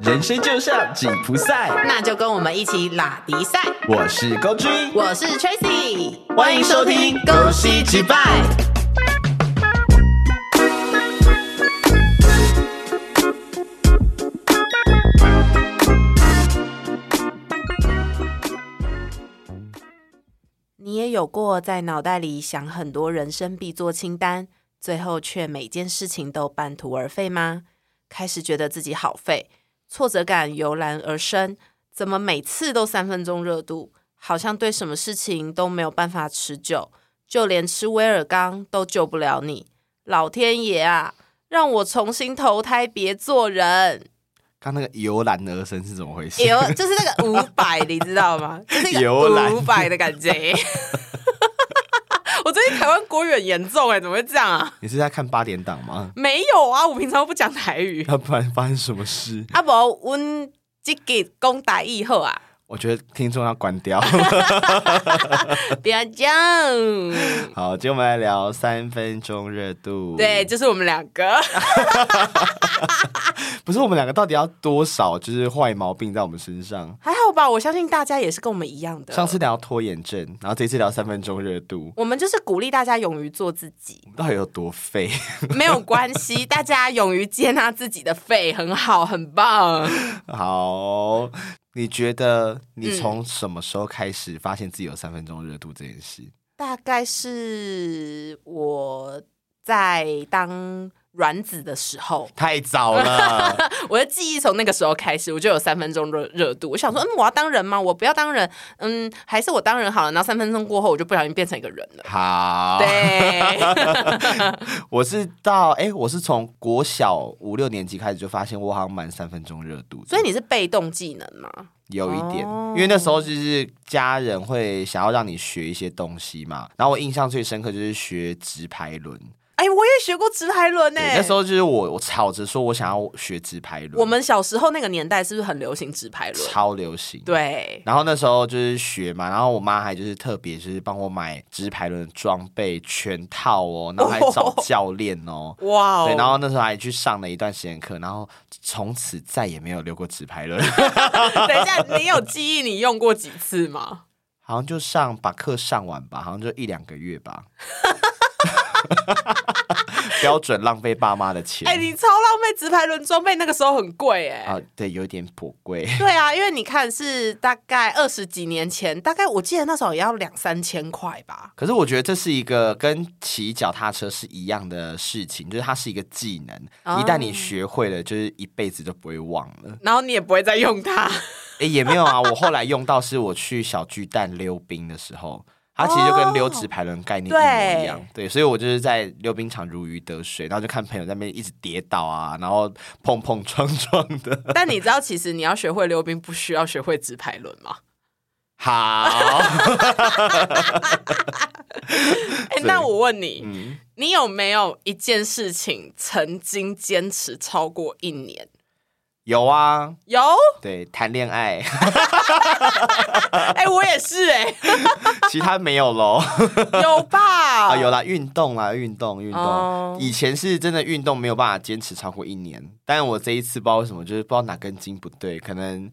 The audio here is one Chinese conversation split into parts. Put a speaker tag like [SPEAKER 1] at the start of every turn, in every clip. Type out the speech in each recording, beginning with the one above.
[SPEAKER 1] 人生就像紧箍赛，
[SPEAKER 2] 那就跟我们一起拉迪赛。
[SPEAKER 1] 我是高君，
[SPEAKER 2] 我是 Tracy，
[SPEAKER 1] 欢迎收听
[SPEAKER 2] 《
[SPEAKER 1] 恭喜击败》。
[SPEAKER 2] 你也有过在脑袋里想很多人生必做清单，最后却每件事情都半途而废吗？开始觉得自己好废，挫折感油然而生。怎么每次都三分钟热度？好像对什么事情都没有办法持久，就连吃威尔刚都救不了你。老天爷啊，让我重新投胎，别做人！
[SPEAKER 1] 刚那个油然而生是怎么回事？
[SPEAKER 2] 有，就是那个五百，你知道吗？就是那
[SPEAKER 1] 游览
[SPEAKER 2] 个五百的感觉。 我最近台湾国语很严重哎、怎么会这样啊？
[SPEAKER 1] 你是在看八点档吗？
[SPEAKER 2] 没有啊，我平常不讲台语。
[SPEAKER 1] 要不然发生什么事？
[SPEAKER 2] 啊不，阮即个讲台语好啊，
[SPEAKER 1] 我觉得听众要关 掉。
[SPEAKER 2] 不要啊 这样。
[SPEAKER 1] 好，今天我们来聊三分钟热度。
[SPEAKER 2] 对，，就是我们两个。
[SPEAKER 1] 不是我们两个到底要多少就是坏毛病在我们身上？
[SPEAKER 2] 还好吧，我相信大家也是跟我们一样的。
[SPEAKER 1] 上次聊拖延症，然后这次聊三分钟热度，
[SPEAKER 2] 我们就是鼓励大家勇于做自己
[SPEAKER 1] 我，们到底有多废？
[SPEAKER 2] 没有关系，大家勇于接纳自己的肺，很好，很棒。
[SPEAKER 1] 好，你觉得你从什么时候开始发现自己有三分钟热度这件事？
[SPEAKER 2] 大概是我在当卵子的时候，
[SPEAKER 1] 太早了，
[SPEAKER 2] 我的记忆从那个时候开始，我就有三分钟热热度。我想说，嗯，我要当人吗？我不要当人，嗯，还是我当人好了。然后三分钟过后，我就不小心变成一个人了。
[SPEAKER 1] 好，
[SPEAKER 2] 对，
[SPEAKER 1] 我是到哎、我是从国小五六年级开始就发现我好像蛮三分钟热度的，
[SPEAKER 2] 所以你是被动技能吗？
[SPEAKER 1] 有一点，
[SPEAKER 2] 哦
[SPEAKER 1] 因为那时候就是家人会想要让你学一些东西嘛，然后我印象最深刻就是学直排轮，
[SPEAKER 2] 哎，我也学过直排轮呢、欸
[SPEAKER 1] 对，那时候就是我我吵着说我想要学直排轮，
[SPEAKER 2] 我们小时候那个年代是不是很流行直排轮？
[SPEAKER 1] 超流行，
[SPEAKER 2] 对，
[SPEAKER 1] 然后那时候就是学嘛，然后我妈还就是特别就是帮我买直排轮的装备全套哦，然后还找教练哦。
[SPEAKER 2] 哇
[SPEAKER 1] 对，然
[SPEAKER 2] 哦！
[SPEAKER 1] 后那时候还去上了一段时间课，然后从此再也没有溜过直排 轮，
[SPEAKER 2] 等一下，你有记忆你用过几次吗？
[SPEAKER 1] 好像就上把课上完吧，好像就一两个月吧。 标准浪费爸妈的钱
[SPEAKER 2] 哎、你超浪费直排轮装备，那个时候很贵哎、
[SPEAKER 1] 啊，对，有点颇贵。
[SPEAKER 2] 对啊，因为你看是大概二十几年前，大概我记得那时候也要两三千块吧。
[SPEAKER 1] 可是我觉得这是一个跟骑脚踏车是一样的事情，就是它是一个技能，
[SPEAKER 2] 哦
[SPEAKER 1] 一旦你学会了，就是一辈子都不会忘了。
[SPEAKER 2] 然后你也不会再用它，
[SPEAKER 1] 诶，也没有啊，我后来用到是我去小巨蛋溜冰的时候。它其实就跟溜直排轮概念一模一样，对，所以我就是在溜冰场如鱼得水，然后就看朋友在那边一直跌倒啊，然后碰碰撞撞的。
[SPEAKER 2] 但你知道，其实你要学会溜冰，不需要学会直排轮 吗？
[SPEAKER 1] 好，
[SPEAKER 2] 哎、
[SPEAKER 1] 对
[SPEAKER 2] 那我问你，
[SPEAKER 1] 嗯，
[SPEAKER 2] 你有没有一件事情曾经坚持超过一年？
[SPEAKER 1] 有啊，
[SPEAKER 2] 有，
[SPEAKER 1] 对，谈恋爱，
[SPEAKER 2] 哎、我也是、
[SPEAKER 1] 其他没有喽。
[SPEAKER 2] 哎，有吧？
[SPEAKER 1] 啊，有啦，运动啦，运动，运动。
[SPEAKER 2] 哦
[SPEAKER 1] 以前是真的运动没有办法坚持超过一年，但我这一次不知道为什么，就是不知道哪根筋不对，可能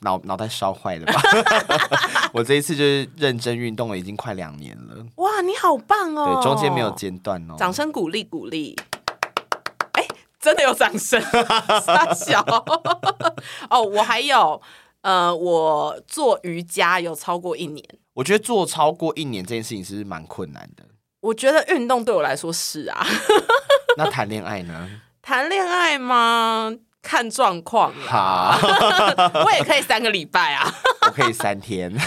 [SPEAKER 1] 脑脑袋烧坏 了吧。 我这一次就是认真运动了，已经快两年了，
[SPEAKER 2] 哇，你好棒哦！
[SPEAKER 1] 对，中间没有间断哦。
[SPEAKER 2] 掌声鼓励鼓励。哎，真的有掌 声，傻小。哦，我还有，呃，我做瑜伽有超过一年。
[SPEAKER 1] 我觉得做超过一年这件事情是蛮困难的。
[SPEAKER 2] 我觉得运动对我来说是啊，
[SPEAKER 1] 那谈恋爱呢？
[SPEAKER 2] 谈恋爱吗？看状况啦，
[SPEAKER 1] 好，
[SPEAKER 2] 我也可以三个礼拜啊。
[SPEAKER 1] 我可以三天。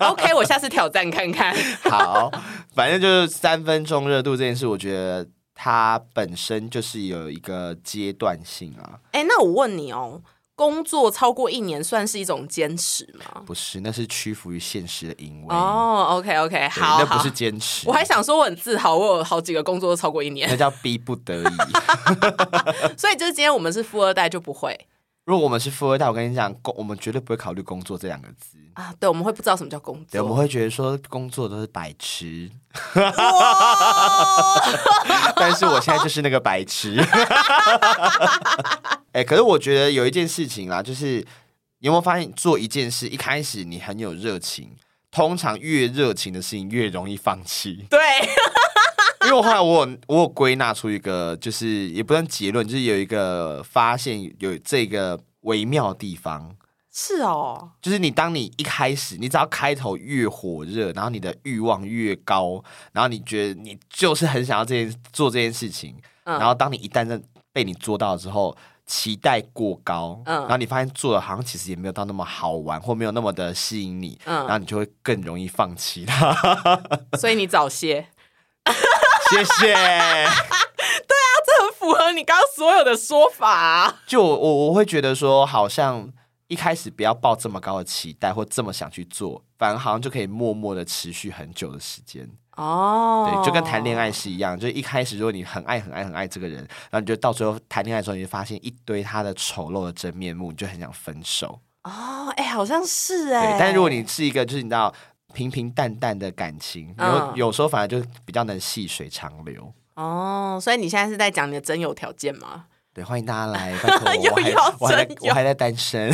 [SPEAKER 2] OK，我下次挑战看看。
[SPEAKER 1] 好，反正就是三分钟热度这件事，我觉得它本身就是有一个阶段性啊。
[SPEAKER 2] 哎，那我问你哦，工作超过一年算是一种坚持吗？
[SPEAKER 1] 不是，那是屈服于现实的淫威。
[SPEAKER 2] 哦，OK OK，
[SPEAKER 1] 对
[SPEAKER 2] 好，
[SPEAKER 1] 那不
[SPEAKER 2] 好
[SPEAKER 1] 是坚持，
[SPEAKER 2] 我还想说我很自豪，我有好几个工作都超过一年。
[SPEAKER 1] 那叫逼不得已。
[SPEAKER 2] 所以就是今天我们是富二代就不会
[SPEAKER 1] 如果我们是富二代，我跟你讲，工我们绝对不会考虑工作这两个字。
[SPEAKER 2] 啊，对，我们会不知道什么叫工
[SPEAKER 1] 对，
[SPEAKER 2] 作。
[SPEAKER 1] 我们会觉得说工作都是白痴，
[SPEAKER 2] 哇。
[SPEAKER 1] 但是我现在就是那个白痴。 哎、可是我觉得有一件事情啦，就是你有没有发现，做一件事一开始你很有热情，通常越热情的事情越容易放弃
[SPEAKER 2] 对，
[SPEAKER 1] 因为我后来我有我有归纳出一个，就是也不算结论，就是有一个发现有这个微妙的地方。
[SPEAKER 2] 是哦，
[SPEAKER 1] 就是你，当你一开始，你只要开头越火热，然后你的欲望越高，然后你觉得你就是很想要这件做这件事情，
[SPEAKER 2] 嗯
[SPEAKER 1] 然后当你一旦被你做到之后，期待过高，
[SPEAKER 2] 嗯
[SPEAKER 1] 然后你发现做的好像其实也没有到那么好玩，或没有那么的吸引你，然后
[SPEAKER 2] 嗯，
[SPEAKER 1] 你就会更容易放弃 它。
[SPEAKER 2] 所以你早些，
[SPEAKER 1] 谢谢。
[SPEAKER 2] 这很符合你刚刚所有的说法啊。
[SPEAKER 1] 就我我我会觉得说，好像一开始不要抱这么高的期待，或这么想去做，反而好像就可以默默的持续很久的时间。
[SPEAKER 2] 哦
[SPEAKER 1] 对，就跟谈恋爱是一样，就一开始如果你很爱很爱很爱这个人，然后你就到最后谈恋爱的时候，你就发现一堆他的丑陋的真面目，你就很想分手。
[SPEAKER 2] 哦，哎、好像是
[SPEAKER 1] 对，
[SPEAKER 2] 哎、
[SPEAKER 1] 但如果你是一个就是你知道平平淡淡的感情，有、
[SPEAKER 2] 嗯
[SPEAKER 1] 有时候反而就比较能细水长流。
[SPEAKER 2] 哦，所以你现在是在讲你的真有条件吗？
[SPEAKER 1] 对，欢迎大家来，拜托
[SPEAKER 2] 又
[SPEAKER 1] 我，我还
[SPEAKER 2] 要
[SPEAKER 1] 我还在
[SPEAKER 2] 真有
[SPEAKER 1] 我还在单身，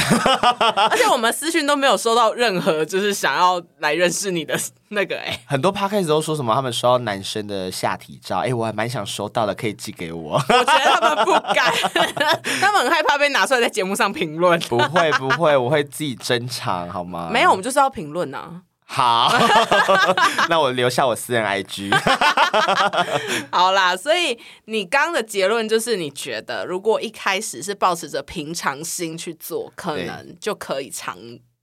[SPEAKER 2] 而且我们私讯都没有收到任何就是想要来认识你的那个哎、
[SPEAKER 1] 很多 podcast 都说什么他们收到男生的下体照，哎、我还蛮想收到的，可以寄给 我。
[SPEAKER 2] 我觉得他们不敢， 他们很害怕被拿出来在节目上评论。
[SPEAKER 1] 不会不会，我会自己珍藏好吗？
[SPEAKER 2] 没有，我们就是要评论啊。
[SPEAKER 1] 好， 那我留下我私人 IG。
[SPEAKER 2] 好啦，所以你刚的结论就是，你觉得如果一开始是保持着平常心去做，可
[SPEAKER 1] 对
[SPEAKER 2] 能就可以长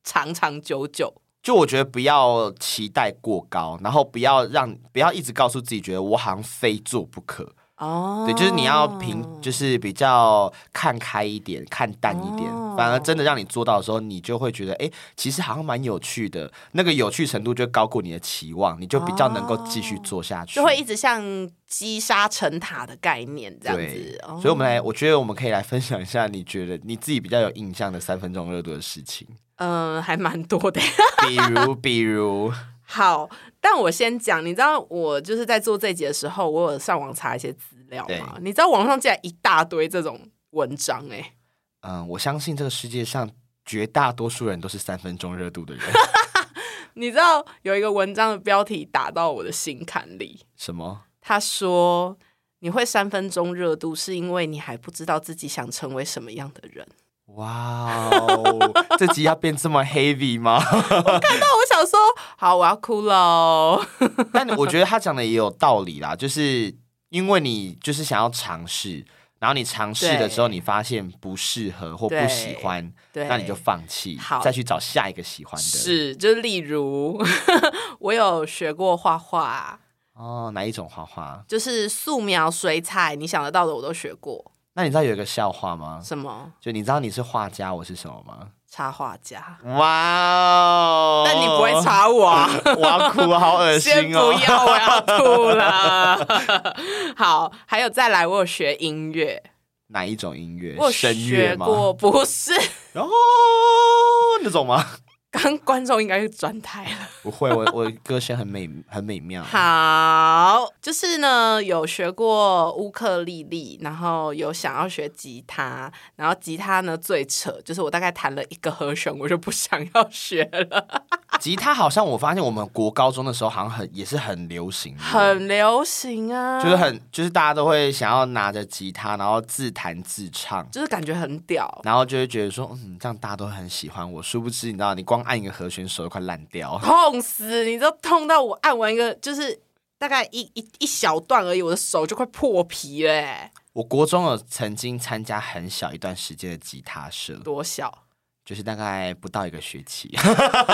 [SPEAKER 2] 长长久久。
[SPEAKER 1] 就我觉得不要期待过高，然后不要让不要一直告诉自己觉得我好像非做不可。
[SPEAKER 2] 哦
[SPEAKER 1] 对，就是你要平，就是比较看开一点，看淡一点，
[SPEAKER 2] 哦
[SPEAKER 1] 反而真的让你做到的时候，你就会觉得哎、诶其实好像蛮有趣的，那个有趣程度就高过你的期望，你就比较能够继续做下去。
[SPEAKER 2] 哦就会一直像积沙成塔的概念这样
[SPEAKER 1] 对
[SPEAKER 2] 子。哦，
[SPEAKER 1] 所以我们来，我觉得我们可以来分享一下，你觉得你自己比较有印象的三分钟热度的事 情，
[SPEAKER 2] 嗯、还蛮多的。
[SPEAKER 1] 比如，比如，
[SPEAKER 2] 好，但我先讲，你知道我就是在做这集的时候，我有上网查一些资料嘛？你知道网上竟然一大堆这种文章哎、
[SPEAKER 1] 嗯，我相信这个世界上绝大多数人都是三分钟热度的 人。
[SPEAKER 2] 你知道有一个文章的标题打到我的心坎里，
[SPEAKER 1] 什么？
[SPEAKER 2] 他说你会三分钟热度是因为你还不知道自己想成为什么样的人。
[SPEAKER 1] 哇哦，这集要变这么 heavy 吗？
[SPEAKER 2] 那我想说，好，我要哭喽。
[SPEAKER 1] 但我觉得他讲的也有道理啦，就是因为你就是想要尝试，然后你尝试的时候，你发现不适合或不喜欢，
[SPEAKER 2] 对，
[SPEAKER 1] 那你就放弃
[SPEAKER 2] 好，
[SPEAKER 1] 再去找下一个喜欢的。
[SPEAKER 2] 是，就是例如 我有学过画画，
[SPEAKER 1] 哦，哪一种画画？
[SPEAKER 2] 就是素描、水彩，你想得到的我都学过。
[SPEAKER 1] 那你知道有一个笑话吗？
[SPEAKER 2] 什么
[SPEAKER 1] 就你知道你是画家，我是什么吗？
[SPEAKER 2] 插画家？
[SPEAKER 1] 哇哦！
[SPEAKER 2] 但你不会插我、啊。
[SPEAKER 1] 我要哭，好哦恶
[SPEAKER 2] 先
[SPEAKER 1] 心
[SPEAKER 2] 不
[SPEAKER 1] 哦！
[SPEAKER 2] 要，我要吐 了。好，还有再来，我有学音乐，
[SPEAKER 1] 哪一种音乐？
[SPEAKER 2] 我有
[SPEAKER 1] 声
[SPEAKER 2] 学
[SPEAKER 1] 乐吗？
[SPEAKER 2] 过，不是，
[SPEAKER 1] 然后那种吗？
[SPEAKER 2] 刚观众应该是转台啊了。
[SPEAKER 1] 不会，我我歌声很美，很美妙。
[SPEAKER 2] 好，就是呢，有学过乌克丽丽，然后有想要学吉他，然后吉他呢最扯，就是我大概弹了一个和弦，我就不想要学了，
[SPEAKER 1] 吉他好像我发现我们国高中的时候好像很也是很流行的，
[SPEAKER 2] 很流行啊，
[SPEAKER 1] 就是很就是大家都会想要拿着吉他，然后自弹自唱。
[SPEAKER 2] 就是感觉很屌。
[SPEAKER 1] 然后就会觉得说，嗯，这样大家都很喜欢我。殊不知，你知道，你光按一个和弦，手都快烂掉。
[SPEAKER 2] 痛死！你知道痛到我按完一个，就是大概一一一小段而已，我的手就快破皮了、欸，
[SPEAKER 1] 我国中有曾经参加很小一段时间的吉他社，
[SPEAKER 2] 多小！
[SPEAKER 1] 就是大概不到一个学期，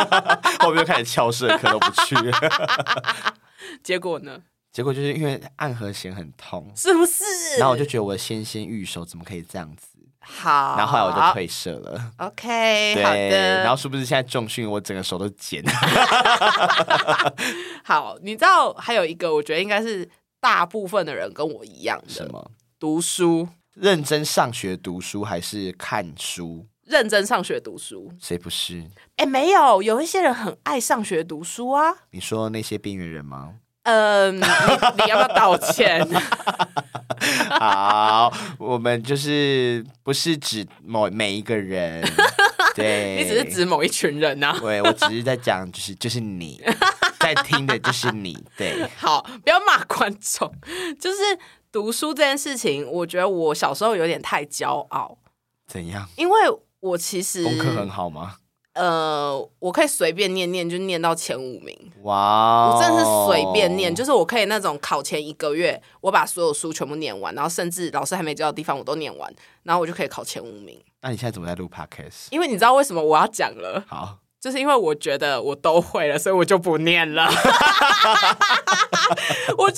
[SPEAKER 1] 后面就开始翘社课都不去了。
[SPEAKER 2] 结果呢？
[SPEAKER 1] 结果就是因为按和弦很痛，
[SPEAKER 2] 是不是？
[SPEAKER 1] 然后我就觉得我的纤纤玉手怎么可以这样子，
[SPEAKER 2] 好，
[SPEAKER 1] 然后后来我就退社了。
[SPEAKER 2] OK，好
[SPEAKER 1] 对，
[SPEAKER 2] 的。
[SPEAKER 1] 然后是不是现在重训我整个手都茧？
[SPEAKER 2] 好，你知道还有一个，我觉得应该是大部分的人跟我一样
[SPEAKER 1] 什
[SPEAKER 2] 的，
[SPEAKER 1] 么？
[SPEAKER 2] 读书。
[SPEAKER 1] 认真上学读书还是看书？
[SPEAKER 2] 认真上学读书。
[SPEAKER 1] 谁不是？
[SPEAKER 2] 哎，没有，有一些人很爱上学读书啊。
[SPEAKER 1] 你说那些边缘人 吗？
[SPEAKER 2] 嗯，你你要不要道歉？
[SPEAKER 1] 好，我们就是不是指某每一个人， 对，
[SPEAKER 2] 你只是指某一群人呐、啊。
[SPEAKER 1] 对，我只是在讲，就是就是 你在听的，就是你，对，
[SPEAKER 2] 好，不要骂观众。就是读书这件事情，我觉得我小时候有点太骄傲，
[SPEAKER 1] 怎样？
[SPEAKER 2] 因为我其实
[SPEAKER 1] 功课很好吗？
[SPEAKER 2] 呃，我可以随便念念，就念到前五名。
[SPEAKER 1] 哇、哦
[SPEAKER 2] 我真的是随便念，就是我可以那种考前一个月，我把所有书全部念完，然后甚至老师还没教的地方我都念完，然后我就可以考前五名。
[SPEAKER 1] 那你现在怎么在录 podcast？
[SPEAKER 2] 因为你知道为什么我要讲了，
[SPEAKER 1] 好，
[SPEAKER 2] 就是因为我觉得我都会了，所以我就不念了。 我觉得这就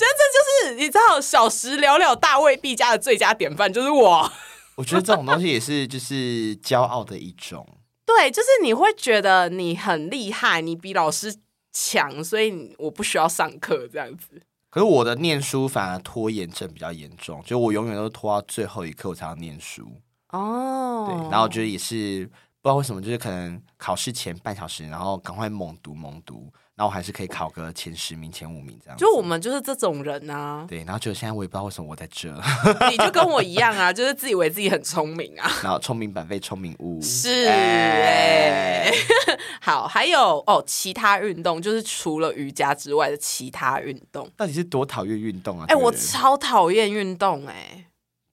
[SPEAKER 2] 是你知道，小时了了，大未必佳的最佳典范就是我。
[SPEAKER 1] 我觉得这种东西也是就是骄傲的一种。
[SPEAKER 2] 对，就是你会觉得你很厉害，你比老师强，所以你我不需要上课这样子。
[SPEAKER 1] 可是我的念书反而拖延症比较严重，就我永远都拖到最后一刻我才要念书。
[SPEAKER 2] 哦
[SPEAKER 1] 对，然后我觉得也是不知道为什么，就是可能考试前半小时，然后赶快猛读猛读，然后我还是可以考个前十名、前五名这样子。，
[SPEAKER 2] 就我们就是这种人啊
[SPEAKER 1] 对，然后就现在我也不知道为什么我在这，
[SPEAKER 2] 你就跟我一样啊， 就是自以为自己很聪明啊。
[SPEAKER 1] 然后聪明反被聪明误。
[SPEAKER 2] 是哎、
[SPEAKER 1] 哎
[SPEAKER 2] 好，还有哦，其他运动就是除了瑜伽之外的其他运动。
[SPEAKER 1] 到底是多讨厌运动啊？
[SPEAKER 2] 哎、
[SPEAKER 1] 这个
[SPEAKER 2] 我
[SPEAKER 1] 人
[SPEAKER 2] 超讨厌运动哎、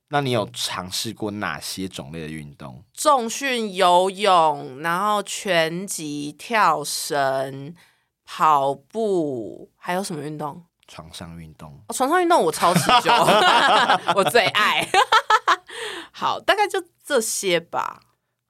[SPEAKER 1] 那你有尝试过哪些种类的运动？
[SPEAKER 2] 重训、游泳，然后拳击、跳绳、跑步，还有什么运动？
[SPEAKER 1] 床上运动？
[SPEAKER 2] 哦、床上运动我超持久， 我最爱。 好，大概就这些吧。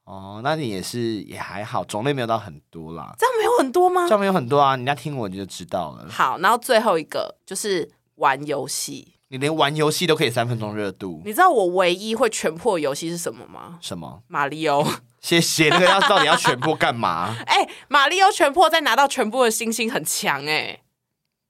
[SPEAKER 1] 哦，那你也是也还好，种类没有到很多啦。
[SPEAKER 2] 这样没有很多吗？
[SPEAKER 1] 上面有很多啊，人家听我你就知道了。
[SPEAKER 2] 好，然后最后一个就是玩游戏。
[SPEAKER 1] 你连玩游戏都可以三分钟热度，
[SPEAKER 2] 你知道我唯一会全破的游戏是什么吗？
[SPEAKER 1] 什么？
[SPEAKER 2] 马里奥。
[SPEAKER 1] 谢谢，那个要到底要全部干嘛？
[SPEAKER 2] 哎、马里奥全破再拿到全部的星星很强哎、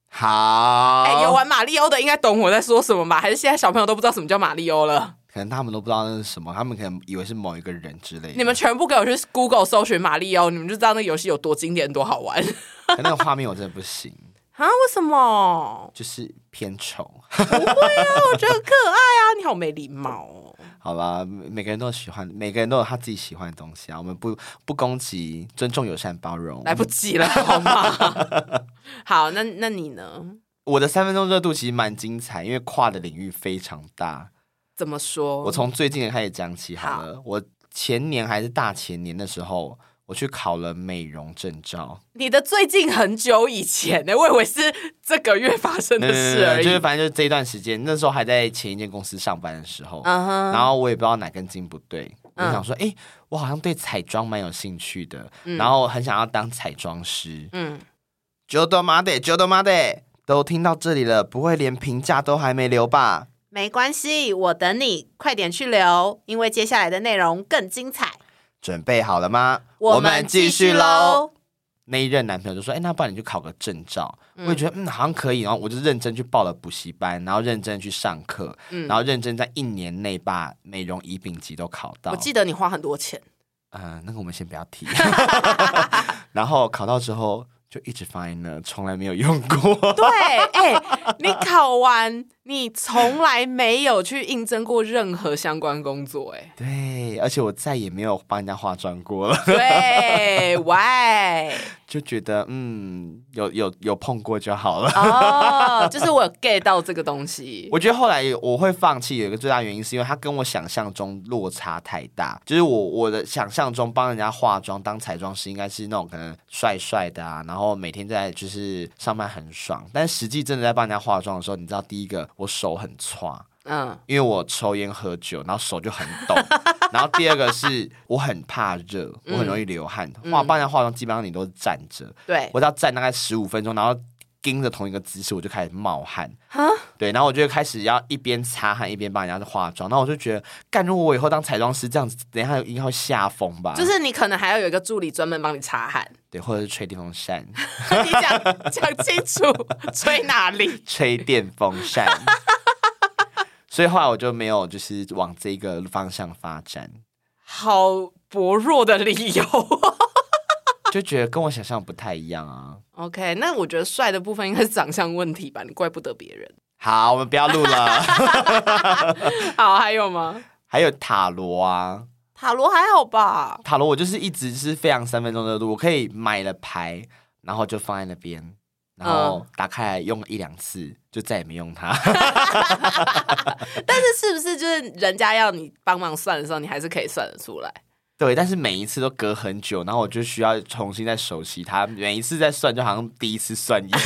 [SPEAKER 1] 好，
[SPEAKER 2] 哎、有玩马里奥的应该懂我在说什么吧？还是现在小朋友都不知道什么叫马里奥了？
[SPEAKER 1] 可能他们都不知道那是什么，他们可能以为是某一个人之类的。
[SPEAKER 2] 你 们全部给我去 Google 搜寻马里奥，你们就知道那游戏有多经典、多好玩
[SPEAKER 1] 可那个画面我真的不行，
[SPEAKER 2] 啊！为什 么？
[SPEAKER 1] 就是偏丑。
[SPEAKER 2] 啊，我觉得很可爱啊！你好没礼貌 哦。
[SPEAKER 1] 好吧，每每个人都有喜欢，每个人都有他自己喜欢的东西啊。我们不不攻击，尊重、友善、包容。
[SPEAKER 2] 来不及了，好吗？ 好，那那你呢？
[SPEAKER 1] 我的三分钟热度其实蛮精彩，因为跨的领域非常大。
[SPEAKER 2] 怎么说？
[SPEAKER 1] 我从最近的开始讲起好了。我前年还是大前年的时候，我去考了美容证照，
[SPEAKER 2] 你的最近很久以前呢、我以为是这个月发生的事而已。
[SPEAKER 1] 就是反正就是这一段时间，那时候还在前一间公司上班的时候，
[SPEAKER 2] 嗯哼，
[SPEAKER 1] 然后我也不知道哪根筋不对，我就
[SPEAKER 2] 嗯
[SPEAKER 1] 想说，哎、我好像对彩妆蛮有兴趣的，然后很想要当彩妆师。
[SPEAKER 2] 嗯，
[SPEAKER 1] 就都妈的，就都妈的，都听到这里了，不会连评价都还没留吧？
[SPEAKER 2] 没关系，我等你，快点去留，因为接下来的内容更精彩。
[SPEAKER 1] 准备好了吗？
[SPEAKER 2] 我们继续喽。
[SPEAKER 1] 那一任男朋友就说：“哎、那不然你就考个证照。我也觉得嗯好像可以，然后我就认真去报了补习班，然后认真去上课，
[SPEAKER 2] 嗯
[SPEAKER 1] 然后认真在一年内把美容乙丙级都考到。
[SPEAKER 2] 我记得你花很多钱，
[SPEAKER 1] 嗯，那个我们先不要提。 然后考到之后就一直放在那，从来没有用过。，
[SPEAKER 2] 对，哎、你考完，你从来没有去应征过任何相关工作、哎
[SPEAKER 1] 对，而且我再也没有帮人家化妆过了，
[SPEAKER 2] 对，why？
[SPEAKER 1] 就觉得嗯，有有有碰过就好了。
[SPEAKER 2] 哦 就是我有 get 到这个东西，
[SPEAKER 1] 我觉得后来我会放弃，有一个最大原因是因为它跟我想象中落差太大。就是我我的想象中帮人家化妆当彩妆师，应该是那种可能帅帅的啊，然后每天在就是上班很爽。但实际真的在帮人家化妆的时候，你知道第一个我手很歘，
[SPEAKER 2] 嗯，
[SPEAKER 1] 因为我抽烟喝酒，然后手就很抖。 然后第二个是我很怕热，我很容易流汗。化帮人家化妆，基本上你都是站着，
[SPEAKER 2] 对，
[SPEAKER 1] 我只要站大概十五分钟，然后盯着同一个姿势，我就开始冒汗。
[SPEAKER 2] 哈，
[SPEAKER 1] 对，然后我就开始要一边擦汗一边帮人家化妆，然后我就觉得，干，如果我以后当彩妆师这样子，等一下应该会吓疯吧？
[SPEAKER 2] 就是你可能还要有一个助理专门帮你擦汗，
[SPEAKER 1] 对，或者是吹电风扇，
[SPEAKER 2] 你讲讲清楚，吹哪里？
[SPEAKER 1] 吹电风扇。 所以后来我就没有就是往这个方向发展，
[SPEAKER 2] 好薄弱的理由。
[SPEAKER 1] 就觉得跟我想象不太一样啊。
[SPEAKER 2] OK，那我觉得帅的部分应该是长相问题吧，你怪不得别人。
[SPEAKER 1] 好，我们不要录了。
[SPEAKER 2] 好，还有吗？
[SPEAKER 1] 还有塔罗啊，
[SPEAKER 2] 塔罗还好吧？
[SPEAKER 1] 塔罗我就是一直是非常三分钟热度，我可以买了牌，然后就放在那边，然后打开来用一两次，就再也没用它。
[SPEAKER 2] 但是是不是就是人家要你帮忙算的时候，你还是可以算得出来？
[SPEAKER 1] 对，但是每一次都隔很久，然后我就需要重新再熟悉它。每一次再算，就好像第一次算一样。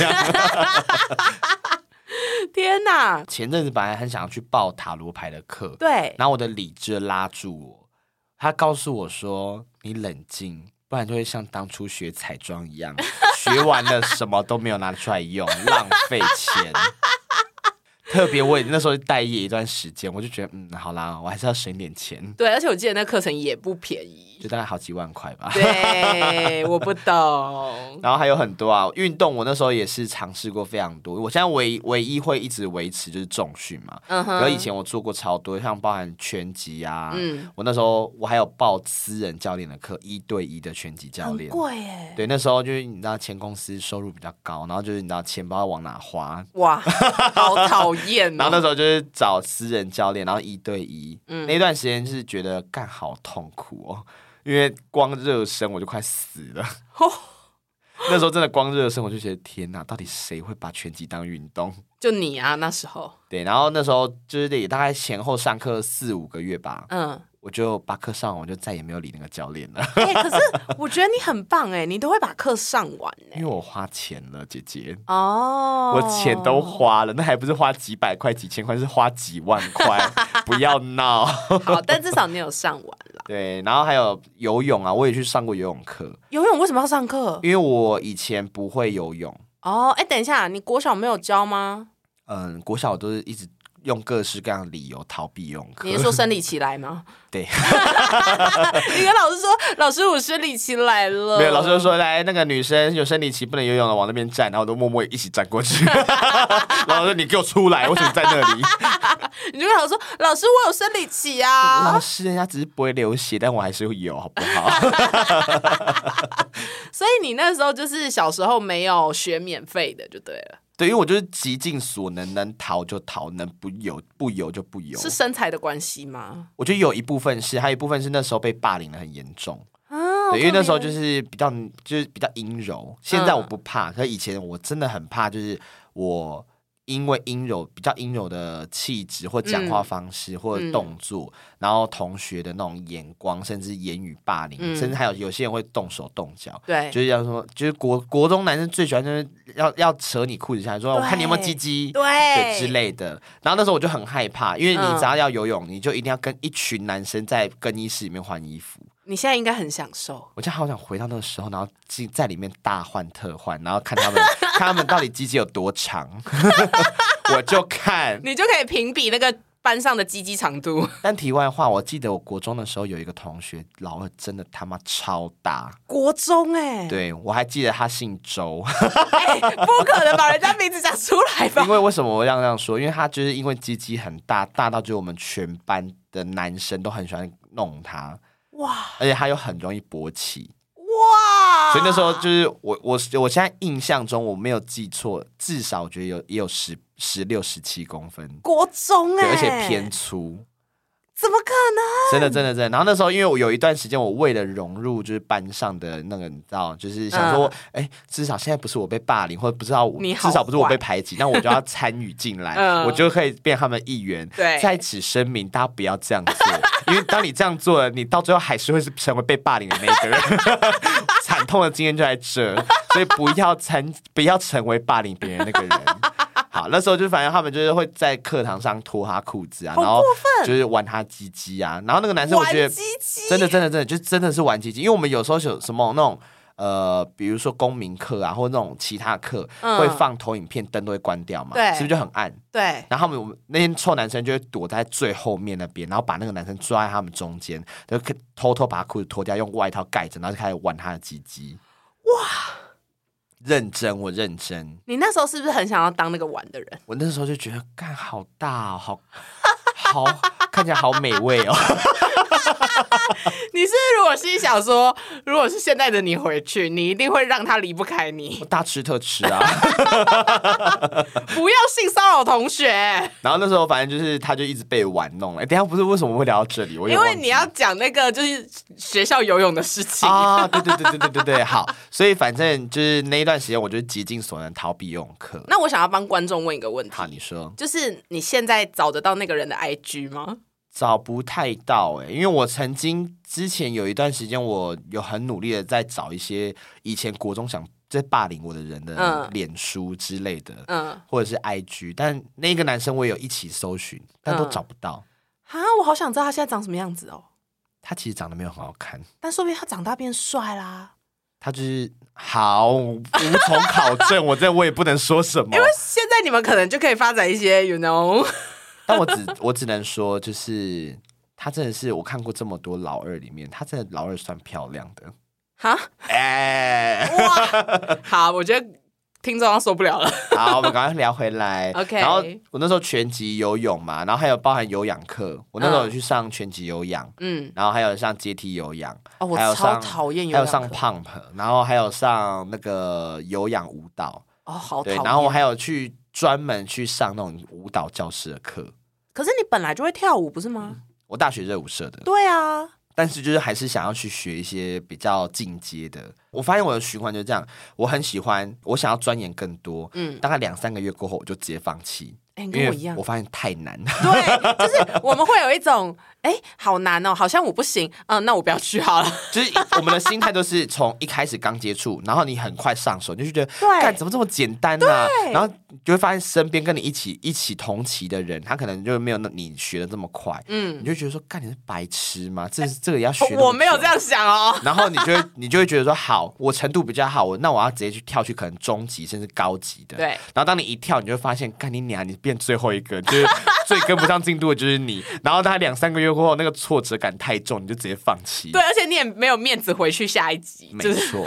[SPEAKER 2] 天哪！
[SPEAKER 1] 前阵子本来很想要去报塔罗牌的课，
[SPEAKER 3] 对，
[SPEAKER 1] 然后我的理智拉住我，他告诉我说：“你冷静，不然就会像当初学彩妆一样，学完了什么都没有拿出来用，浪费钱。”特别我也那时候待业一段时间，我就觉得嗯，好啦，我还是要省点钱，
[SPEAKER 2] 对，而且我记得那课程也不便宜。
[SPEAKER 1] 就大概好几万块吧。
[SPEAKER 2] 对，我不懂。
[SPEAKER 1] 然后还有很多啊，运动我那时候也是尝试过非常多。我现在唯唯一会一直维持就是重训嘛，
[SPEAKER 2] 嗯
[SPEAKER 1] 然后
[SPEAKER 2] 哼，
[SPEAKER 1] 以前我做过超多，像包含拳击啊，
[SPEAKER 2] 嗯
[SPEAKER 1] 我那时候我还有报私人教练的课，一对一的拳击教
[SPEAKER 3] 很
[SPEAKER 1] 练。
[SPEAKER 3] 贵耶，
[SPEAKER 1] 对，那时候就是你知道前公司收入比较高，然后就是你知道钱包往哪花，
[SPEAKER 2] 哇，好讨厌
[SPEAKER 1] 然后那
[SPEAKER 2] 哦。
[SPEAKER 1] 时候就是找私人教练，然后一对一。
[SPEAKER 2] 嗯
[SPEAKER 1] 那段时间是觉得干好痛苦哦，因为光热身我就快死了。
[SPEAKER 2] 哦
[SPEAKER 1] 那时候真的光热身我就觉得天哪，到底谁会把拳击当运动？
[SPEAKER 2] 就你啊，那时候，
[SPEAKER 1] 对，然后那时候就是也大概前后上课四五个月吧，
[SPEAKER 2] 嗯，
[SPEAKER 1] 我就把课上完，我就再也没有理那个教练了，
[SPEAKER 2] 哎、可是我觉得你很棒哎、你都会把课上完哎、
[SPEAKER 1] 因为我花钱了，姐姐。
[SPEAKER 2] 哦，
[SPEAKER 1] 我钱都花了，那还不是花几百块、几千块，是花几万 块。不要闹。
[SPEAKER 2] 好，但至少你有上完啦。
[SPEAKER 1] 对，然后还有游泳啊，我也去上过游泳课，
[SPEAKER 2] 游泳为什么要上课？
[SPEAKER 1] 因为我以前不会游泳，
[SPEAKER 2] 哦，哎、等一下，你国小没有教吗？
[SPEAKER 1] 嗯，国小我都是一直用各式各样的理由逃避游泳课。
[SPEAKER 2] 你是说生理期来吗？
[SPEAKER 1] 对，
[SPEAKER 2] 你跟老师说，老师我生理期来了。
[SPEAKER 1] 没有，老师就说来，那个女生有生理期不能游泳了，往那边站，然后我都默默一起站过去。 然后说你给我出来，为什么在那里？
[SPEAKER 2] 你就跟老师说，老师我有生理期啊
[SPEAKER 1] 老。师人家只是不会流血，但我还是会游，好不好？
[SPEAKER 2] 所以你那时候就是小时候没有学免费的就对了，
[SPEAKER 1] 对，因为我就是极尽所能，能逃就逃，能不游不游就不游。
[SPEAKER 2] 是身材的关系吗？
[SPEAKER 1] 我觉得有一部分是，还有一部分是那时候被霸凌的很严重。
[SPEAKER 2] 啊
[SPEAKER 1] 对，因为那时候就是比较就是比较阴柔，现在我不怕，可以前我真的很怕，就是我因为阴柔比较阴柔的气质或讲话方式
[SPEAKER 2] 嗯
[SPEAKER 1] 或者动作，然后同学的那种眼光，甚至言语霸凌，
[SPEAKER 2] 嗯
[SPEAKER 1] 甚至还有有些人会动手动脚。
[SPEAKER 2] 对
[SPEAKER 1] 就是要说，就是国国中男生最喜欢就是要要扯你裤子下来，说
[SPEAKER 3] 对
[SPEAKER 1] 我看你有没有鸡鸡，
[SPEAKER 3] 对
[SPEAKER 1] 之类的。然后那时候我就很害怕，因为你
[SPEAKER 2] 哎嗯
[SPEAKER 1] 只要要游泳，你就一定要跟一群男生在更衣室里面换衣服。
[SPEAKER 2] 你现在应该很享受。
[SPEAKER 1] 我就好想回到那个时候，然后进在里面大换特换，然后看他们 看他们到底鸡鸡有多长， 我就看。
[SPEAKER 2] 你就可以评比那个班上的鸡鸡长度。
[SPEAKER 1] 但题外话，我记得我国中的时候有一个同学，老二真的他妈超大，
[SPEAKER 2] 国中
[SPEAKER 3] 欸
[SPEAKER 2] 哎、
[SPEAKER 1] 对我还记得他姓周，
[SPEAKER 2] 哎、不可能把人家名字讲出来吧
[SPEAKER 1] 因？为为什么我要这样说？因为他就是因为鸡鸡很大，大到就是我们全班的男生都很喜欢弄他，
[SPEAKER 3] 哇
[SPEAKER 1] 而且他又很容易勃起。
[SPEAKER 3] 哇！
[SPEAKER 1] 所以那时候就是我我我现在印象中我没有记错，至少我觉得有也有十十六十七公分，
[SPEAKER 3] 国中
[SPEAKER 1] 对，
[SPEAKER 3] 哎，
[SPEAKER 1] 而且偏粗，
[SPEAKER 3] 怎么可能？
[SPEAKER 1] 真的真的真的。然后那时候因为我有一段时间，我为了融入就是班上的那个，你知道，就是想说，哎、至少现在不是我被霸凌，或者不知道我
[SPEAKER 2] 嗯你好
[SPEAKER 1] 至少不是我
[SPEAKER 2] 坏
[SPEAKER 1] 被排挤，那我就要参与进来，
[SPEAKER 2] 嗯
[SPEAKER 1] 我就可以变他们一员。
[SPEAKER 2] 对
[SPEAKER 1] 在此声明，大家不要这样做，因为当你这样做了，你到最后还是会是成为被霸凌的那个人。惨痛的经验就在这，所以不要参，不要成为霸凌别人那个 人。好，那时候就反正他们就是会在课堂上脱他裤子啊，然后就是玩他鸡鸡啊，然后那个男生我
[SPEAKER 3] 玩
[SPEAKER 1] 觉得
[SPEAKER 3] 鸡鸡，
[SPEAKER 1] 真的真的真的就真的是玩鸡鸡，因为我们有时候有什么那种。呃，比如说公民课啊，或者那种其他课、
[SPEAKER 2] 嗯
[SPEAKER 1] 会放投影片，灯都会关掉嘛，
[SPEAKER 2] 对
[SPEAKER 1] 是不是就很暗？
[SPEAKER 2] 对，
[SPEAKER 1] 然后他们我们那些臭男生就会躲在最后面那边，然后把那个男生抓在他们中间，就可以偷偷把他裤子脱掉，用外套盖着，然后就开始玩他的鸡鸡。哇！认真，我认真。
[SPEAKER 2] 你那时候是不是很想要当那个玩的人？
[SPEAKER 1] 我那时候就觉得，干好大、哦，好好看起来好美味哦。
[SPEAKER 2] 你是如果心想说，如果是现在的你回去，你一定会让他离不开你
[SPEAKER 1] 我，大吃特吃啊！
[SPEAKER 2] 不要性骚扰同学，
[SPEAKER 1] 然后那时候反正就是他就一直被玩弄了。哎等一下不是为什么会聊到这里？我有
[SPEAKER 2] 因
[SPEAKER 1] 点
[SPEAKER 2] 为
[SPEAKER 1] 忘
[SPEAKER 2] 你
[SPEAKER 1] 记
[SPEAKER 2] 要讲那个就是学校游泳的事情。
[SPEAKER 3] 哦
[SPEAKER 1] 啊，对对对对对对对，好，所以反正就是那一段时间，我就极尽所能逃避游泳课。
[SPEAKER 2] 那我想要帮观众问一个问
[SPEAKER 1] 好，
[SPEAKER 2] 题，
[SPEAKER 1] 你说
[SPEAKER 2] 就是你现在找得到那个人的 IG 吗？
[SPEAKER 1] 找不太到哎、因为我曾经之前有一段时间，我有很努力的在找一些以前国中想在霸凌我的人的
[SPEAKER 2] 嗯
[SPEAKER 1] 脸书之类的，
[SPEAKER 2] 嗯，
[SPEAKER 1] 或者是 IG，但那个男生我也有一起搜寻，但都
[SPEAKER 2] 嗯
[SPEAKER 1] 找不到。
[SPEAKER 2] 啊，我好想知道他现在长什么样子哦。
[SPEAKER 1] 他其实长得没有很好看，
[SPEAKER 2] 但说不定他长大变帅啦。
[SPEAKER 1] 他就是好无从考证，我这我也不能说什么。
[SPEAKER 2] 现在你们可能就可以发展一些，you know，
[SPEAKER 1] 但我只我只能说，就是她真的是我看过这么多老二里面，她真的老二算漂亮的。
[SPEAKER 2] 哈，
[SPEAKER 1] 哎、
[SPEAKER 2] 好，我觉得听众要受不了了。
[SPEAKER 1] 好，我们赶快聊回来。
[SPEAKER 2] OK
[SPEAKER 1] 然后我那时候拳击游泳嘛，然后还有包含有氧课，我那时候有去上拳击有氧，
[SPEAKER 2] 嗯，
[SPEAKER 1] 然后还有上阶梯有氧，
[SPEAKER 2] 哦，我
[SPEAKER 1] 还有
[SPEAKER 2] 超
[SPEAKER 1] 上
[SPEAKER 2] 讨厌有
[SPEAKER 1] 还有
[SPEAKER 2] 氧
[SPEAKER 1] 上
[SPEAKER 2] 课
[SPEAKER 1] pump，然后还有上那个有氧舞蹈，
[SPEAKER 2] 哦，好讨
[SPEAKER 1] 对，
[SPEAKER 2] 厌。
[SPEAKER 1] 然后我还有去专门去上那种舞蹈教室的课。
[SPEAKER 2] 可是你本来就会跳舞，不是吗？
[SPEAKER 1] 我大学热舞社的，
[SPEAKER 2] 对啊，
[SPEAKER 1] 但是就是还是想要去学一些比较进阶的。我发现我的循环就这样，我很喜欢，我想要钻研更多。
[SPEAKER 2] 嗯，
[SPEAKER 1] 大概两三个月过后，我就直接放弃，
[SPEAKER 2] 哎、
[SPEAKER 1] 因
[SPEAKER 2] 你跟
[SPEAKER 1] 为
[SPEAKER 2] 我一样
[SPEAKER 1] 我。发现太难。
[SPEAKER 2] 对，就是我们会有一种，哎、好难哦，好像我不行，嗯，那我不要去好了。
[SPEAKER 1] 就是我们的心态都是从一开始刚接触，然后你很快上手，你就觉得
[SPEAKER 2] 对
[SPEAKER 1] 干怎么这么简单呢、啊？
[SPEAKER 2] 对
[SPEAKER 1] 然后你就会发现身边跟你一起一起同期的人，他可能就没有那你学的这么快，你
[SPEAKER 2] 嗯，哎
[SPEAKER 1] 就觉得说干你是白痴吗？这这个也要 学？
[SPEAKER 2] 我没有这。样想哦。
[SPEAKER 1] 然后你就会你就会觉得说，好，我程度比较好，我那我要直接去跳去可能中级甚至高级的。。
[SPEAKER 2] 对，
[SPEAKER 1] 然后当你一跳，你就会发现，干你娘，你变最后一个，就是 最跟不上进度的就是你。然后大概两三个月过后，那个挫折感太重，你就直接放弃。
[SPEAKER 2] 对，，而且你也没有面子回去下一集，
[SPEAKER 1] 没
[SPEAKER 2] 就是。
[SPEAKER 1] 错。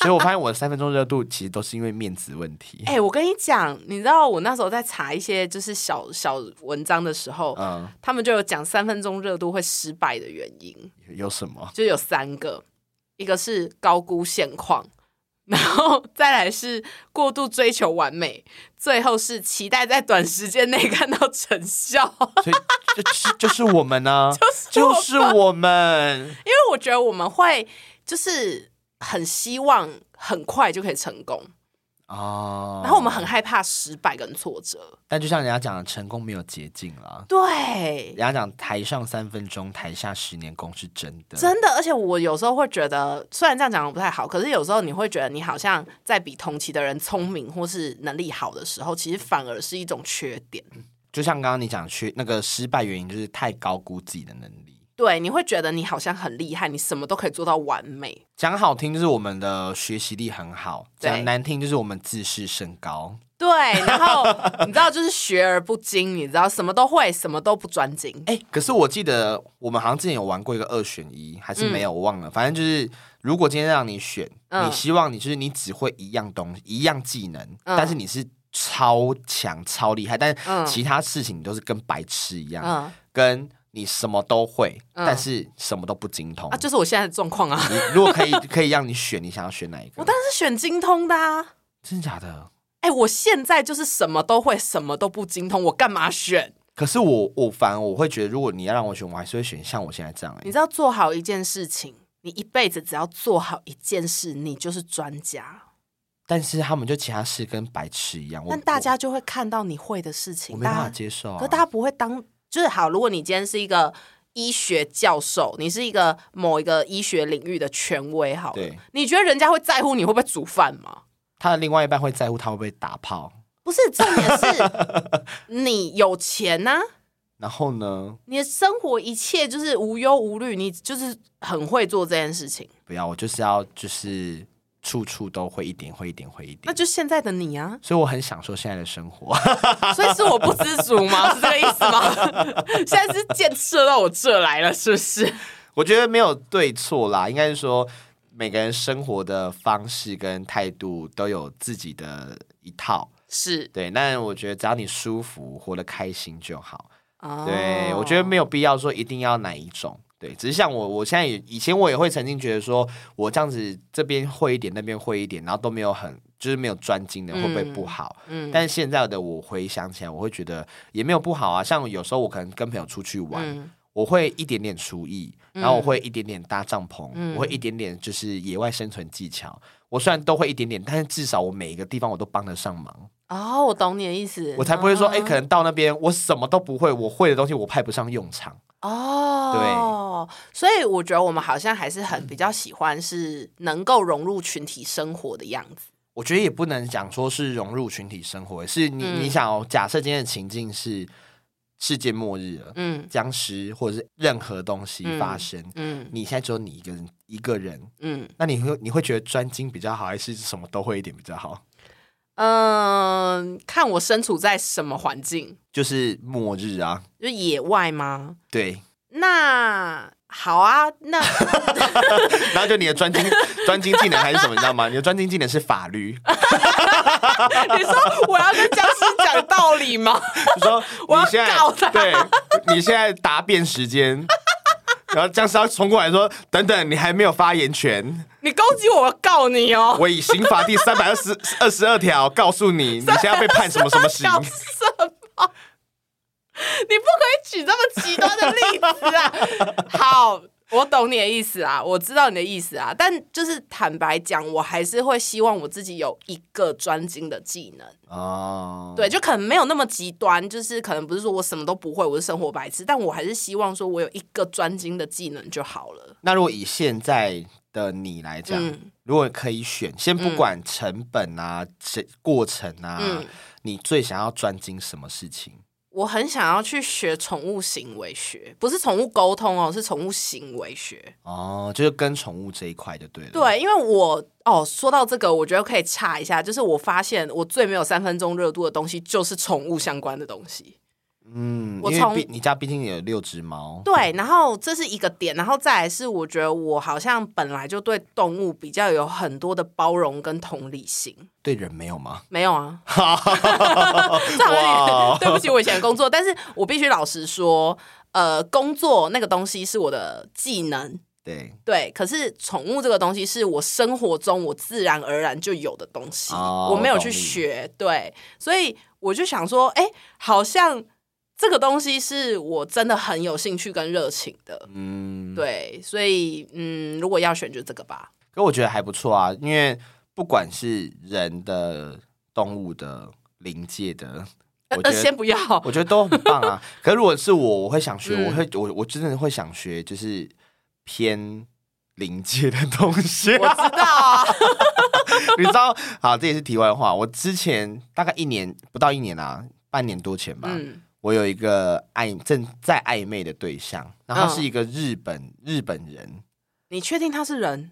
[SPEAKER 1] 所以我发现我的三分钟热度其实都是因为面子问题。
[SPEAKER 2] 哎、我跟你讲，你知道我那时候在查一些就是小小文章的时候，
[SPEAKER 1] 嗯，
[SPEAKER 2] 他们就有讲三分钟热度会失败的原因，
[SPEAKER 1] 有什么？
[SPEAKER 2] 就有三个，一个是高估现况，然后再来是过度追求完美，最后是期待在短时间内看到成效。
[SPEAKER 1] 所以就就是就是我们 呢、 就是啊我们。
[SPEAKER 2] 因为我觉得我们会就是很希望很快就可以成功，
[SPEAKER 1] 哦，
[SPEAKER 2] 然后我们很，害怕失败跟挫折。
[SPEAKER 1] 但就像人家讲的，成功没有捷径啦。
[SPEAKER 2] 对
[SPEAKER 1] 人，家讲台上三分钟，台下十年功是真的。
[SPEAKER 2] 真的，而且我有时候会觉得，虽然这样讲不太好，可是有时候你会觉得你好像在比同期的人聪明或是能力好的时候，其实反而是一种缺点。
[SPEAKER 1] 就像刚刚你讲去那个失败原因，就是太高估自己的能力。
[SPEAKER 2] 对，你会觉得你好像很厉害，你什么都可以做到完美。
[SPEAKER 1] 讲好听就是我们的学习力很好，
[SPEAKER 2] 对
[SPEAKER 1] 讲难听就是我们自视甚高。
[SPEAKER 2] 对，然后你知道就是学而不精，你知道什么都会，什么都不专精。
[SPEAKER 1] 哎、可是我记得我们好像之前有玩过一个二选一，还是没有，我忘了。反正就是，如果今天让你选，
[SPEAKER 2] 嗯
[SPEAKER 1] 你希望你就是你只会一样东西、一样技能，
[SPEAKER 2] 嗯
[SPEAKER 1] 但是你是超强、超厉害，但
[SPEAKER 2] 嗯
[SPEAKER 1] 是其他事情你都是跟白痴一样，
[SPEAKER 2] 嗯
[SPEAKER 1] 跟你什么都会，
[SPEAKER 2] 嗯
[SPEAKER 1] 但是什么都不精通。
[SPEAKER 2] 啊，就是我现在的状况啊，
[SPEAKER 1] 你如果可以， 可以让你选，你想要选哪一个？
[SPEAKER 2] 我当然是选精通的啊。
[SPEAKER 1] 真的假的？
[SPEAKER 2] 哎、我现在就是什么都会，什么都不精通，我干嘛选？
[SPEAKER 1] 可是我我反而我会觉得，如果你要让我选，我还是会选像我现在这样、
[SPEAKER 2] 你
[SPEAKER 1] 欸。
[SPEAKER 2] 知道做好一件事情，你一辈子只要做好一件事，你就是专家。
[SPEAKER 1] 但是他们就其他事跟白痴一样，我
[SPEAKER 2] 但大
[SPEAKER 1] 我
[SPEAKER 2] 家就会看到你会的事
[SPEAKER 1] 我
[SPEAKER 2] 情，
[SPEAKER 1] 没办法
[SPEAKER 2] 大家，
[SPEAKER 1] 接受、啊。
[SPEAKER 2] 可大家不会当就是好。如果你今天是一个医学教授，你是一个某一个医学领域的权威，好了
[SPEAKER 1] 对，
[SPEAKER 2] 你觉得人家会在乎你会不会煮饭吗？
[SPEAKER 1] 他的另外一半会在乎他会不会打炮，
[SPEAKER 2] 不是，重 点是你有钱呐、
[SPEAKER 1] 然后呢，
[SPEAKER 2] 你的生活一切就是无忧无虑，你就是很会做这件事情，
[SPEAKER 1] 不要，我就是要就是处处都会一点，会一点，会一点。
[SPEAKER 2] 那就现在的你啊。
[SPEAKER 1] 所以我很享受现在的生活，
[SPEAKER 2] 所以是我不知足 吗？是这个意思吗？ 现在是箭射到我这来了，是不是？
[SPEAKER 1] 我觉得没有对错啦，应该是说每个人生活的方式跟态度都有自己的一套。
[SPEAKER 2] 是，
[SPEAKER 1] 对，那我觉得只要你舒服，活得开心就好。
[SPEAKER 4] 哦
[SPEAKER 1] 对，我觉得没有必要说一定要哪一种。对，只是像我，我现在也以前我也会曾经觉得说，我这样子这边会一点，那边会一点，然后都没有很就是没有专精的，会不会不好？
[SPEAKER 4] 嗯
[SPEAKER 1] 但是现在的我回想起来，我会觉得也没有不好啊。像有时候我可能跟朋友出去玩，
[SPEAKER 4] 嗯
[SPEAKER 1] 我会一点点厨艺，然后我会一点点搭帐篷，
[SPEAKER 4] 嗯
[SPEAKER 1] 我会一点点就是野外生存技巧。我虽然都会一点点，但是至少我每一个地方我都帮得上忙，
[SPEAKER 4] 哦，我懂你的意思，
[SPEAKER 1] 我才不会说，
[SPEAKER 4] 嗯
[SPEAKER 2] 哦
[SPEAKER 1] 哎、可能到那边我什么都不会，我会的东西我派不上用场。
[SPEAKER 4] 哦，所以我觉得我们好像还是很比较喜欢是能够融入群体生活的样子。
[SPEAKER 1] 我觉得也不能讲说是融入群体生活，是你、
[SPEAKER 4] 嗯
[SPEAKER 1] 你想哦，假设今天的情境是世界末日了，
[SPEAKER 4] 嗯
[SPEAKER 1] 僵尸或者是任何东西发生，
[SPEAKER 4] 嗯
[SPEAKER 1] 你现在只有你一个人一个人，
[SPEAKER 4] 嗯
[SPEAKER 1] 那你会你会觉得专精比较好，还是什么都会一点比较好？
[SPEAKER 4] 嗯，
[SPEAKER 2] 嗯，看我身处在什么环境，
[SPEAKER 1] 就是末日啊，
[SPEAKER 4] 就野外吗？
[SPEAKER 1] 对，
[SPEAKER 4] 那好啊， 那
[SPEAKER 1] 然后就你的专精专精技能还是什么，你知道吗？你的专精技能是法律，
[SPEAKER 2] 你说我要跟僵尸讲道理吗？
[SPEAKER 1] 就说
[SPEAKER 2] 我要
[SPEAKER 1] 你现在
[SPEAKER 2] 告他
[SPEAKER 1] 对，你现在答辩时间。然后僵尸要冲过来说：“等等，你还没有发言权。”
[SPEAKER 2] 你攻击我，我告你哦！
[SPEAKER 1] 我以刑法第三百二十二十二条告诉你， 你现在被判什么什么刑？
[SPEAKER 2] 搞什么？你不可以举这么极端的例子啊！ 好，我懂你的意思啊，我知道你的意思啊，但就是坦白讲，我还是会希望我自己有一个专精的技能。
[SPEAKER 1] 哦，
[SPEAKER 2] 对，，就可能没有那么极端，就是可能不是说我什么都不会，我是生活白痴，但我还是希望说我有一个专精的技能就好了。
[SPEAKER 1] 那如果以现在的你来讲，
[SPEAKER 2] 嗯
[SPEAKER 1] 如果可以选，先不管成本啊、这过程啊，
[SPEAKER 2] 嗯
[SPEAKER 1] 你最想要专精什么事情？
[SPEAKER 2] 我很想要去学宠物行为学，不是宠物沟通哦，是宠物行为学。
[SPEAKER 1] 哦，就是跟宠物这一块就对了。，
[SPEAKER 2] 对，因为我哦，说到这个，我觉得可以插一下，就是我发现我最没有三分钟热度的东西就是宠物相关的东西。
[SPEAKER 1] 嗯，
[SPEAKER 2] 我
[SPEAKER 1] 因为
[SPEAKER 2] 从
[SPEAKER 1] 毕你家毕竟有六只猫，
[SPEAKER 2] 对，然后这是一个点，然后再来是我觉得我好像本来就对动物比较有很多的包容跟同理心。
[SPEAKER 1] 对人没有吗？
[SPEAKER 2] 没有啊，这好像
[SPEAKER 1] 哇
[SPEAKER 2] 也对不起我以前的工作，但是我必须老实说，呃，工作那个东西是我的技能，
[SPEAKER 1] 对，
[SPEAKER 2] 对，可是宠物这个东西是我生活中我自然而然就有的东西，
[SPEAKER 1] 哦
[SPEAKER 2] 我没有
[SPEAKER 1] 我懂
[SPEAKER 2] 去
[SPEAKER 1] 你
[SPEAKER 2] 学，对，所以我就想说，哎、好像这个东西是我真的很有兴趣跟热情的，
[SPEAKER 1] 嗯，。
[SPEAKER 2] 对，所以嗯，如果要选就这个吧，
[SPEAKER 1] 可我觉得还不错啊，因为不管是人的、动物的、灵界的，我觉
[SPEAKER 2] 呃，
[SPEAKER 1] 得
[SPEAKER 2] 先不要，
[SPEAKER 1] 我觉得都很棒 啊。可是如果是我，我会想学，
[SPEAKER 2] 嗯
[SPEAKER 1] 我会我我真的会想学，就是偏临界的东西、
[SPEAKER 2] 我知道啊，
[SPEAKER 1] 你知道？好，这也是题外话。我之前大概一年不到一年啊，半年多前吧，
[SPEAKER 2] 嗯
[SPEAKER 1] 我有一个暧正在暧昧的对象，然后他
[SPEAKER 2] 嗯
[SPEAKER 1] 是一个日本、日本人。
[SPEAKER 2] 你确定他是人？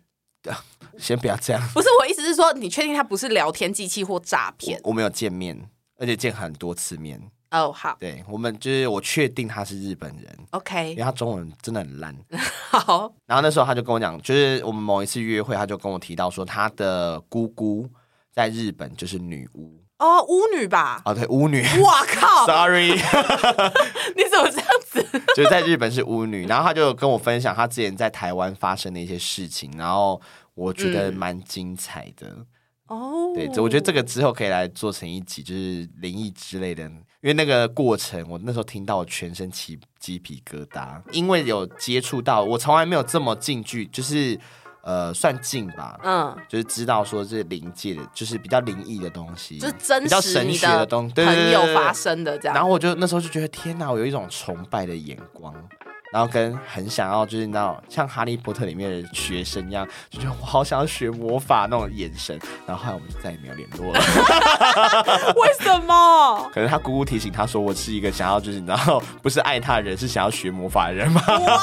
[SPEAKER 1] 先不要这样，
[SPEAKER 2] 不是，我意思是说，你确定他不是聊天机器或诈骗？
[SPEAKER 1] 我我们有见面，而且见很多次面。
[SPEAKER 2] 哦，好
[SPEAKER 1] 对我们就是我确定他是日本人，因
[SPEAKER 2] ，OK，
[SPEAKER 1] 为他中文真的很烂。
[SPEAKER 2] 好，
[SPEAKER 1] 然后那时候他就跟我讲，就是我们某一次约会，他就跟我提到说，他的姑姑在日本就是女巫
[SPEAKER 2] 哦，巫女吧，
[SPEAKER 1] 啊，对，巫女。
[SPEAKER 2] 哇靠，
[SPEAKER 1] Sorry，
[SPEAKER 2] 你怎么这样子？
[SPEAKER 1] 就是在日本是巫女，然后他就跟我分享他之前在台湾发生的一些事情，然后我觉得蛮精彩的。
[SPEAKER 2] 哦，
[SPEAKER 1] 对，这我觉得这个之后可以来做成一集，就是灵异之类的，因为那个过程，我那时候听到我全身起鸡皮疙瘩，因为有接触到，我从来没有这么近距，就是呃，算近吧，
[SPEAKER 2] 嗯，
[SPEAKER 1] 就是知道说这灵界的，就是比较灵异的东西，
[SPEAKER 2] 就是真
[SPEAKER 1] 比较
[SPEAKER 2] 实
[SPEAKER 1] 神
[SPEAKER 2] 你
[SPEAKER 1] 学的东西，对对对
[SPEAKER 2] 朋友
[SPEAKER 1] 对对
[SPEAKER 2] 发生的这
[SPEAKER 1] 然
[SPEAKER 2] 样。
[SPEAKER 1] 后我就那时候就觉得天哪，我有一种崇拜的眼光，然后跟很想要就是你知道像哈利波特里面的学生一样，就觉得我好想要学魔法那种眼神。然后后来我们就再也没有联络了。
[SPEAKER 2] 为什么？
[SPEAKER 1] 可能他姑姑提醒他说，我是一个想要就是你知道不是爱他的人，是想要学魔法的人嘛。
[SPEAKER 2] 哇！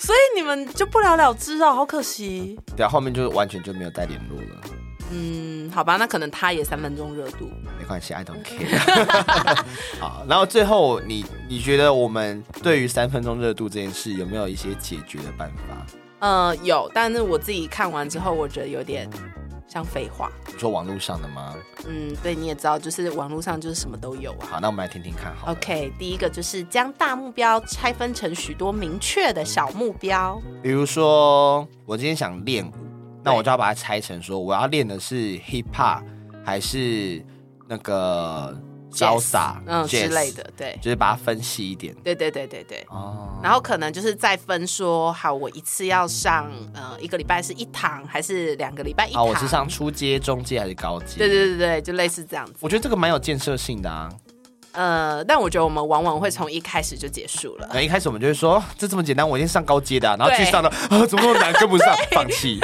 [SPEAKER 2] 所以你们就不了了之哦，好可惜。
[SPEAKER 1] 对啊，后面就完全就没有再联络了。
[SPEAKER 2] 嗯，好吧，那可能他也三分钟热度。
[SPEAKER 1] 没关系，I don't care。好， 然后最后你你觉得我们对于三分钟热度这件事有没有一些解决的办法？
[SPEAKER 2] 呃，有，但是我自己看完之后，我觉得有点
[SPEAKER 5] 像废话。
[SPEAKER 1] 你说网络上的吗？
[SPEAKER 5] 嗯，对，你也知道，就是网络上就是什么都有啊。
[SPEAKER 1] 好，那我们来听听看好了。
[SPEAKER 5] OK，第一个就是将大目标拆分成许多明确的小目标。
[SPEAKER 1] 比如说我今天想练舞，那我就要把它拆成说我要练的是 hip hop 还是那个
[SPEAKER 5] Jazz，
[SPEAKER 1] salsa
[SPEAKER 5] 嗯
[SPEAKER 1] jazz
[SPEAKER 5] 之类，的，对，
[SPEAKER 1] 就是把它分析一点。
[SPEAKER 5] 对对对对对。
[SPEAKER 1] 哦，
[SPEAKER 5] 然后可能就是再分说，好，我一次要上呃一个礼拜是一堂，还是两个礼拜一
[SPEAKER 1] 啊，
[SPEAKER 5] 堂？
[SPEAKER 1] 我是上初阶、中阶还是高阶？
[SPEAKER 5] 对对对对，就类似这样子。
[SPEAKER 1] 我觉得这个蛮有建设性的啊。
[SPEAKER 5] 呃，但我觉得我们往往会从一开始就结束 了。
[SPEAKER 1] 那一开始我们就会说哦这这么简单，我一定上高阶的、啊，然后去
[SPEAKER 5] 对
[SPEAKER 1] 上了啊，怎么那么难，跟不上，放弃。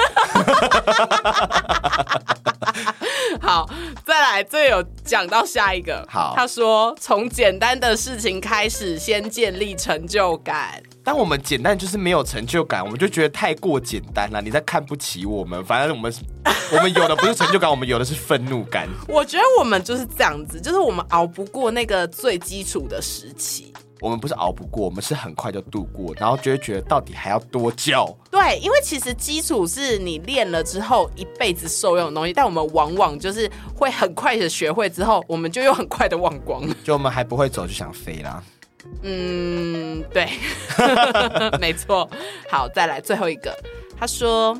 [SPEAKER 2] 好，再来，这有讲到下一个。
[SPEAKER 1] 好
[SPEAKER 2] 他说从简单的事情开始，先建立成就感。
[SPEAKER 1] 当我们简单就是没有成就感，我们就觉得太过简单了，你在看不起我们。反正我们我们有的不是成就感，我们有的是愤怒感。
[SPEAKER 2] 我觉得我们就是这样子，就是我们熬不过那个最基础的时期。
[SPEAKER 1] 我们不是熬不过，我们是很快就度过，然后就会觉得到底还要多久？
[SPEAKER 2] 对，因为其实基础是你练了之后一辈子受用的东西，但我们往往就是会很快的学会之后，我们就又很快的忘光了。
[SPEAKER 1] 就我们还不会走就想飞啦。
[SPEAKER 2] 嗯，对，没错。好，再来最后一个，他说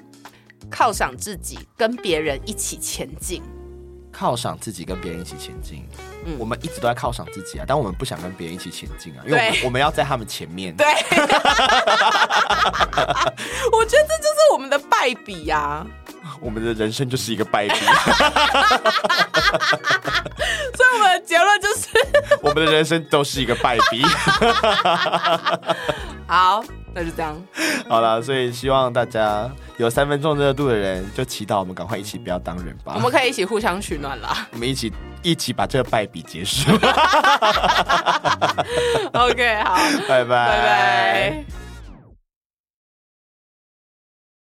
[SPEAKER 2] 犒赏自己，跟别人一起前进。
[SPEAKER 1] 犒赏自己跟别人一起前进，
[SPEAKER 2] 嗯
[SPEAKER 1] 我们一直都在犒赏自己啊，但我们不想跟别人一起前进啊，因为我们
[SPEAKER 2] 对
[SPEAKER 1] 我们要在他们前面。
[SPEAKER 2] 对，我觉得这就是我们的败笔呀、啊。
[SPEAKER 1] 我们的人生就是一个败笔，
[SPEAKER 2] 所以我们的结论就是，
[SPEAKER 1] 我们的人生都是一个败笔。
[SPEAKER 2] 好，那就这样。
[SPEAKER 1] 好了，所以希望大家有三分钟热度的人，就祈祷我们赶快一起不要当人吧。
[SPEAKER 2] 我们可以一起互相取暖啦。
[SPEAKER 1] 我们一起一起把这个败笔结 束，
[SPEAKER 2] OK，好，
[SPEAKER 1] 拜拜
[SPEAKER 2] 拜拜。